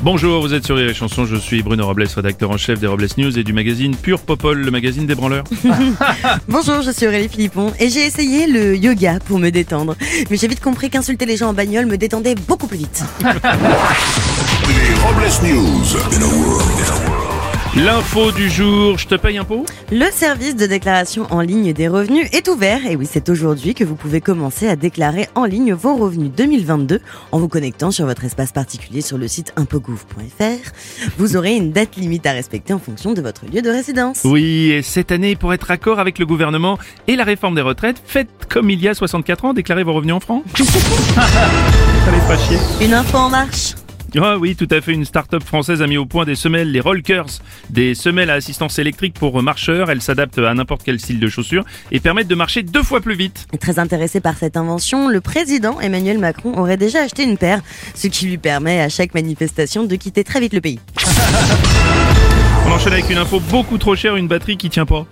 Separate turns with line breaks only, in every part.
Bonjour, vous êtes sur Les Chansons, je suis Bruno Robles, rédacteur en chef des Robles News et du magazine Pure Popol, le magazine des branleurs.
Bonjour, je suis Aurélie Philippon et j'ai essayé le yoga pour me détendre. Mais j'ai vite compris qu'insulter les gens en bagnole me détendait beaucoup plus vite.
Les Robles News. In a world, in a world.
L'info du jour, je te paye impôt
Le service de déclaration en ligne des revenus est ouvert. Et oui, c'est aujourd'hui que vous pouvez commencer à déclarer en ligne vos revenus 2022 en vous connectant sur votre espace particulier sur le site impogouv.fr. Vous aurez une date limite à respecter en fonction de votre lieu de résidence.
Oui, et cette année, pour être accord avec le gouvernement et la réforme des retraites, faites comme il y a 64 ans, déclarez vos revenus en francs. Allez, pas chier.
Une info en marche
Ah oui, tout à fait, une start-up française a mis au point des semelles, les Rollkers, des semelles à assistance électrique pour marcheurs. Elles s'adaptent à n'importe quel style de chaussure et permettent de marcher deux fois plus vite.
Très intéressé par cette invention, le président Emmanuel Macron aurait déjà acheté une paire, ce qui lui permet à chaque manifestation de quitter très vite le pays.
On enchaîne avec une info beaucoup trop chère, une batterie qui tient pas.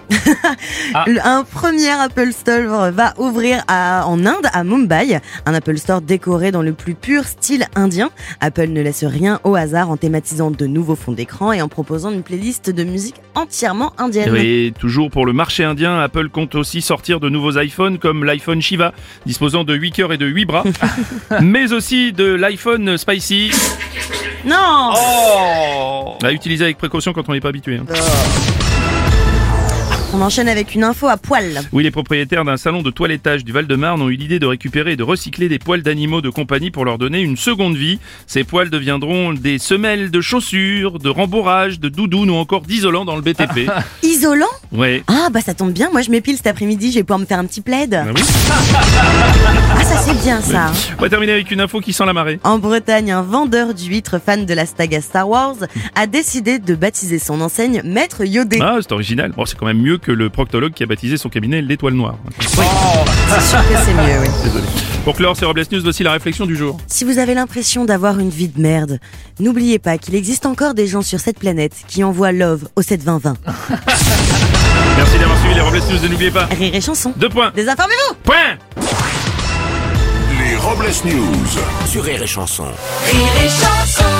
Le- Un premier Apple Store va ouvrir à- en Inde, à Mumbai, un Apple Store décoré dans le plus pur style indien. Apple ne laisse rien au hasard en thématisant de nouveaux fonds d'écran et en proposant une playlist de musique entièrement indienne.
Et toujours pour le marché indien, Apple compte aussi sortir de nouveaux iPhones comme l'iPhone Shiva, disposant de 8 cœurs et de 8 bras, mais aussi de l'iPhone Spicy,
Non
à utiliser avec précaution quand on n'est pas habitué. hein.
On enchaîne avec une info à poil.
Oui, les propriétaires d'un salon de toilettage du Val-de-Marne ont eu l'idée de récupérer et de recycler des poils d'animaux de compagnie pour leur donner une seconde vie. Ces poils deviendront des semelles de chaussures, de rembourrage, de doudounes ou encore d'isolants dans le BTP.
Isolant
Ouais.
Ah bah ça tombe bien, moi je m'épile cet après-midi, je vais pouvoir me faire un petit plaid.
Ah oui.
Ah ça c'est bien ça.
On va terminer avec une info qui sent la marée.
En Bretagne, un vendeur d'huîtres fan de la saga Star Wars a décidé de baptiser son enseigne Maître Yodé.
Ah, c'est original. Bon, c'est quand même mieux que le proctologue qui a baptisé son cabinet l'étoile noire.
C'est sûr que c'est mieux, oui.
Désolé. Pour clore, c'est Robles News, voici la réflexion du jour.
Si vous avez l'impression d'avoir une vie de merde, n'oubliez pas qu'il existe encore des gens sur cette planète qui envoient love au 72020.
Merci d'avoir suivi les Robles News et n'oubliez pas,
Rire et chanson.
deux points,
Désinformez-vous
point
Les Robles News.
Sur Rire et Chanson.
Rire et chanson